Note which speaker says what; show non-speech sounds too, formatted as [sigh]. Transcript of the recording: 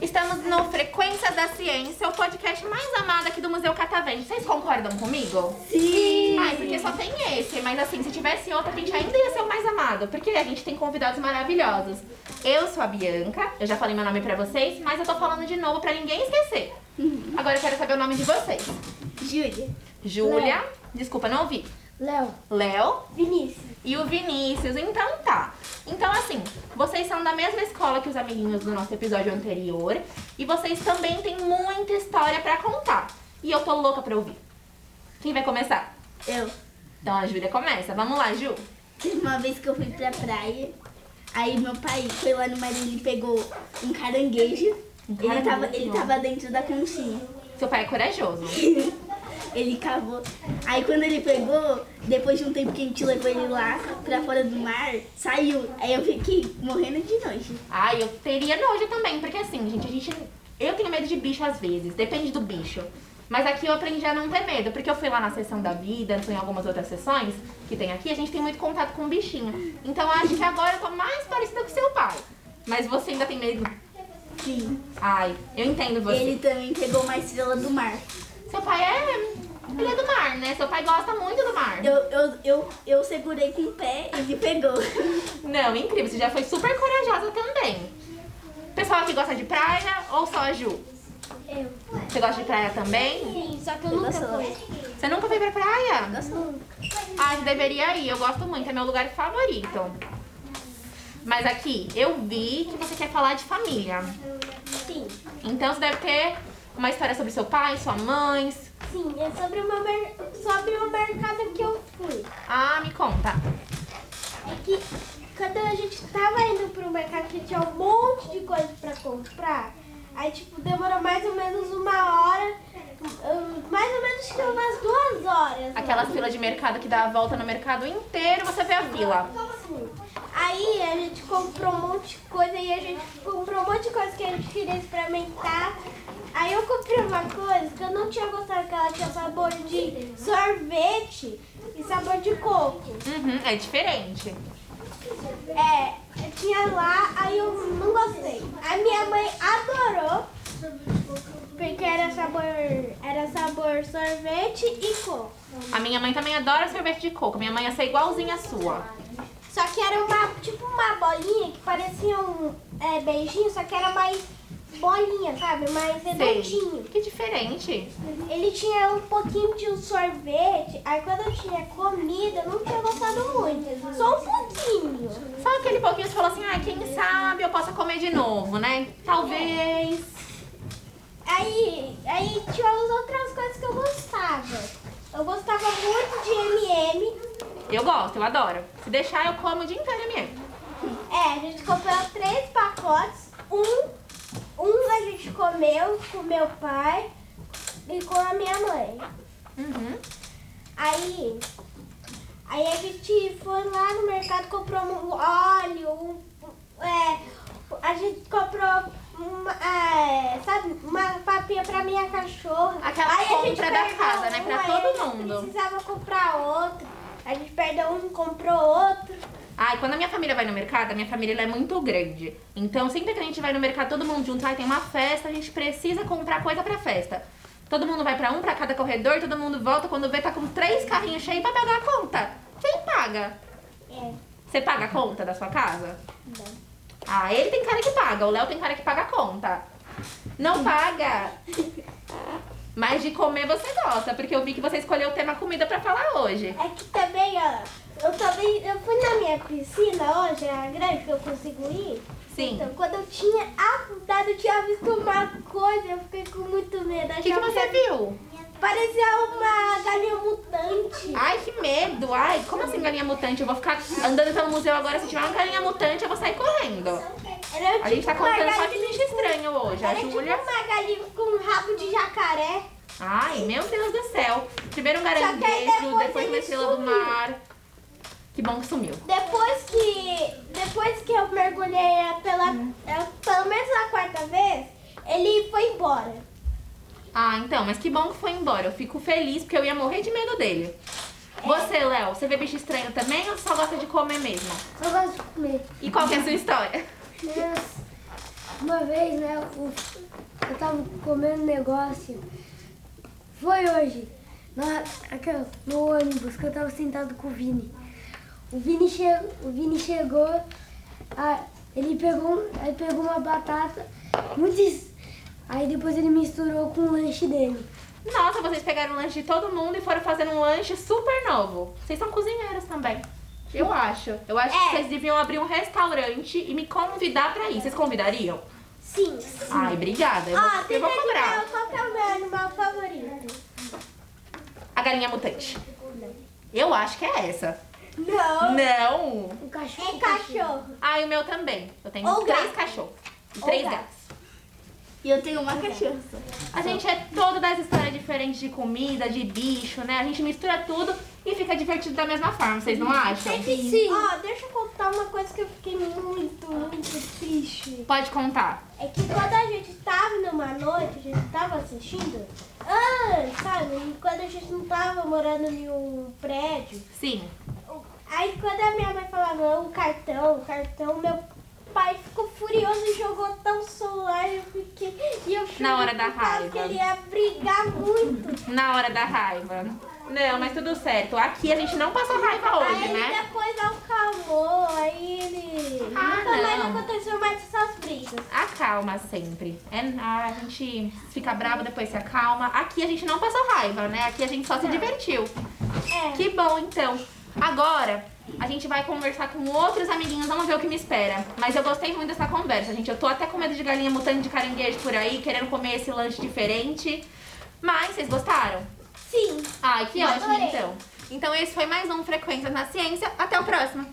Speaker 1: Estamos no Frequência da Ciência, o podcast mais amado aqui do Museu Catavento. Vocês concordam comigo?
Speaker 2: Sim!
Speaker 1: Ai, porque só tem esse, mas assim, se tivesse outro, a gente ainda ia ser o mais amado, porque a gente tem convidados maravilhosos. Eu sou a Bianca, eu já falei meu nome pra vocês, mas eu tô falando de novo pra ninguém esquecer. Agora eu quero saber o nome de vocês.
Speaker 2: Júlia.
Speaker 1: Júlia, desculpa, não ouvi.
Speaker 2: Léo.
Speaker 1: Léo,
Speaker 2: Vinícius.
Speaker 1: e o Vinícius. Então tá. Então assim, vocês são da mesma escola que os amiguinhos do nosso episódio anterior e vocês também têm muita história pra contar. E eu tô louca pra ouvir. Quem vai começar?
Speaker 2: Eu.
Speaker 1: Então a Júlia começa. Vamos lá, Ju.
Speaker 2: Teve uma vez que eu fui pra praia. Aí meu pai foi lá no marinho e pegou um caranguejo.
Speaker 1: Um
Speaker 2: Ele,
Speaker 1: caranguejo.
Speaker 2: tava, ele tava dentro da conchinha. [laughs]
Speaker 1: Seu pai é corajoso.
Speaker 2: Ele cavou. Aí quando ele pegou, depois de um tempo que a gente levou ele lá pra fora do mar, saiu. Aí eu fiquei morrendo de nojo.
Speaker 1: Ai, eu teria nojo também, porque assim, gente, a gente. Eu tenho medo de bicho às vezes, depende do bicho. Mas aqui eu aprendi a não ter medo, porque eu fui lá na sessão da vida, em algumas outras sessões que tem aqui, a gente tem muito contato com bichinho. Então eu acho que agora eu tô mais parecida com seu pai. Mas você ainda tem medo.
Speaker 2: Sim.
Speaker 1: Ai, eu entendo você.
Speaker 2: Ele também pegou uma estrela do mar.
Speaker 1: Seu pai é. Ele é do mar, né? Seu pai gosta muito do mar.
Speaker 2: Eu, eu, eu, eu segurei com o pé, ele pegou. [laughs]
Speaker 1: Não, incrível, você já foi super corajosa também. Pessoal que gosta de praia ou só a Ju?
Speaker 2: Eu.
Speaker 1: Você gosta de praia também?
Speaker 2: Sim, só que eu nunca fui.
Speaker 1: Você nunca foi pra praia? Ah, você deveria ir. Eu gosto muito, é meu lugar favorito. Mas aqui, eu vi que você quer falar de família.
Speaker 3: Sim,
Speaker 1: Então você deve ter uma história sobre seu pai, sua mãe.
Speaker 3: sim, é sobre uma mer- sobre o mercado que eu fui.
Speaker 1: Ah, me conta.
Speaker 3: É que quando a gente tava indo pro mercado que tinha um monte de coisa pra comprar, aí tipo, demorou mais ou menos uma hora, hum, mais ou menos que umas duas horas. né?
Speaker 1: Aquelas filas de mercado que dá a volta no mercado inteiro, você vê a vila.
Speaker 3: Sim. assim? Aí a gente comprou um monte de coisa e a gente comprou um monte de coisa que a gente queria experimentar. Aí eu comprei uma coisa que eu não tinha gostado, que ela tinha sabor de sorvete e sabor de coco.
Speaker 1: Uhum, é diferente.
Speaker 3: É, eu tinha lá, aí eu não gostei. A minha mãe adorou, porque era sabor, era sabor sorvete e coco.
Speaker 1: A minha mãe também adora sorvete de coco. Minha mãe ia ser igualzinha à sua.
Speaker 3: Só que era uma, tipo uma bolinha que parecia um é, beijinho, só que era mais bolinha, sabe? Mais
Speaker 1: Sei.
Speaker 3: redondinho.
Speaker 1: Que diferente.
Speaker 3: Ele tinha um pouquinho de um sorvete, aí quando eu tinha comida, eu não tinha gostado muito. Só um pouquinho.
Speaker 1: Só aquele pouquinho você falou assim, ah, quem sabe eu possa comer de novo, né? Talvez.
Speaker 3: Aí, aí tinha as outras coisas que eu gostava. Eu gostava muito de M&M.
Speaker 1: Eu gosto, eu adoro. Se deixar, eu como o dia inteiro M&M.
Speaker 3: É, a gente comprou três pacotes. Um, um a gente comeu com meu pai e com a minha mãe.
Speaker 1: Uhum.
Speaker 3: Aí, aí a gente foi lá no mercado, comprou um óleo, um- é, a gente comprou uma, é, sabe, uma papinha pra minha cachorra.
Speaker 1: Aquela
Speaker 3: aí a gente
Speaker 1: compra da
Speaker 3: perdeu
Speaker 1: casa, né, pra
Speaker 3: um, aí
Speaker 1: todo
Speaker 3: a gente
Speaker 1: mundo.
Speaker 3: precisava comprar outro. A gente perdeu um, comprou outro.
Speaker 1: Ai, quando a minha família vai no mercado, a minha família ela é muito grande. Então, sempre que a gente vai no mercado, todo mundo junto, ai, tem uma festa, a gente precisa comprar coisa pra festa. Todo mundo vai pra um, pra cada corredor, todo mundo volta, quando vê, tá com três carrinhos cheios pra pagar a conta. Quem paga?
Speaker 3: É,
Speaker 1: Você paga a conta da sua casa?
Speaker 3: não.
Speaker 1: Ah, ele tem cara que paga, o Léo tem cara que paga a conta. Não paga! Mas de comer você gosta, porque eu vi que você escolheu o tema comida pra falar hoje.
Speaker 3: É que também, ó, eu também, eu fui na minha piscina hoje, a grande que eu consigo ir.
Speaker 1: Sim.
Speaker 3: Então, quando eu tinha afundado, eu tinha visto uma coisa, eu fiquei com muito medo.
Speaker 1: O que, que
Speaker 3: achava
Speaker 1: você viu?
Speaker 3: Parecia uma galinha mutante.
Speaker 1: é- Ai, que medo! Ai, como assim galinha mutante? Eu vou ficar andando pelo museu agora, se tiver uma galinha mutante, eu vou sair correndo.
Speaker 3: Era
Speaker 1: Tá. A gente tá
Speaker 3: tipo
Speaker 1: contando
Speaker 3: uma
Speaker 1: só de
Speaker 3: galinha-
Speaker 1: bicho estranho hoje. A
Speaker 3: Era tipo
Speaker 1: Júlia.
Speaker 3: uma galinha com um rabo de jacaré.
Speaker 1: Ai, meu Deus do céu. Primeiro um
Speaker 3: aí
Speaker 1: caranguejo,
Speaker 3: depois
Speaker 1: depois uma
Speaker 3: ele
Speaker 1: estrela do
Speaker 3: sumiu.
Speaker 1: mar. Que bom que sumiu.
Speaker 3: Depois que, depois que eu mergulhei pela, eh, pelo menos a quarta vez, ele foi embora.
Speaker 1: Ah, então, mas que bom que foi embora. Eu fico feliz porque eu ia morrer de medo dele.
Speaker 3: É.
Speaker 1: Você, Léo, você vê bicho estranho também ou só gosta de comer mesmo?
Speaker 4: Eu gosto de comer.
Speaker 1: E qual que é a sua história?
Speaker 4: Né? Uma vez, né, eu, eu tava comendo um negócio. Foi hoje. Na, aqui, ó, no ônibus que eu tava sentado com o Vini. O Vini, che, o Vini chegou, ah, ele, pegou, um- ele pegou uma batata, muito es- aí depois ele misturou com o lanche dele.
Speaker 1: Nossa, vocês pegaram o lanche de todo mundo e foram fazer um lanche super novo. Vocês são cozinheiros também. Eu acho. Eu acho que
Speaker 3: É.
Speaker 1: vocês deviam abrir um restaurante e me convidar pra ir. Vocês convidariam?
Speaker 3: Sim.
Speaker 1: Ai, obrigada. Eu,
Speaker 3: Ó,
Speaker 1: vou, eu
Speaker 3: Ah, tem
Speaker 1: vou
Speaker 3: aqui
Speaker 1: cobrar.
Speaker 3: meu, qual que é o meu animal favorito? um.
Speaker 1: A galinha mutante. Eu acho que é essa.
Speaker 3: Não.
Speaker 1: Não!
Speaker 4: O Um cachorro.
Speaker 3: É cachorro.
Speaker 1: Ah, e o meu também. Eu tenho
Speaker 3: Ou
Speaker 1: três
Speaker 3: gato.
Speaker 1: cachorros. E três
Speaker 3: gato.
Speaker 1: gatos.
Speaker 2: E eu tenho uma cachorra só.
Speaker 1: A gente é todo das histórias diferentes de comida, de bicho, né? A gente mistura tudo e fica divertido da mesma forma, vocês não acham?
Speaker 3: Sim. Ah, Ó, deixa eu contar uma coisa que eu fiquei muito, muito triste.
Speaker 1: Pode contar.
Speaker 3: É que quando a gente tava numa noite, a gente tava assistindo, ah, sabe? E Quando a gente não tava morando em um prédio,
Speaker 1: Sim.
Speaker 3: aí quando a minha mãe falava o cartão, o cartão, meu pai ficou furioso e jogou tão celular e eu fiquei. E eu chorei
Speaker 1: Na hora da
Speaker 3: por causa que
Speaker 1: raiva.
Speaker 3: ele ia brigar muito.
Speaker 1: Na hora da raiva. Não, mas tudo certo. Aqui a gente não passou raiva hoje,
Speaker 3: aí
Speaker 1: né?
Speaker 3: depois acalmou, aí ele.
Speaker 1: Ah,
Speaker 3: nunca mais
Speaker 1: não.
Speaker 3: aconteceu mais essas brigas.
Speaker 1: Acalma sempre. É, a gente fica bravo, depois se acalma. Aqui a gente não passou raiva, né? Aqui a gente só se divertiu.
Speaker 3: É.
Speaker 1: Que bom, então. Agora, a gente vai conversar com outros amiguinhos, vamos ver o que me espera. Mas eu gostei muito dessa conversa, gente. Eu tô até com medo de galinha mutante de caranguejo por aí, querendo comer esse lanche diferente. Mas vocês gostaram?
Speaker 3: Sim.
Speaker 1: Ai, que ótimo,
Speaker 3: Adorei.
Speaker 1: então. Então esse foi mais um Frequências na Ciência. Até o próximo!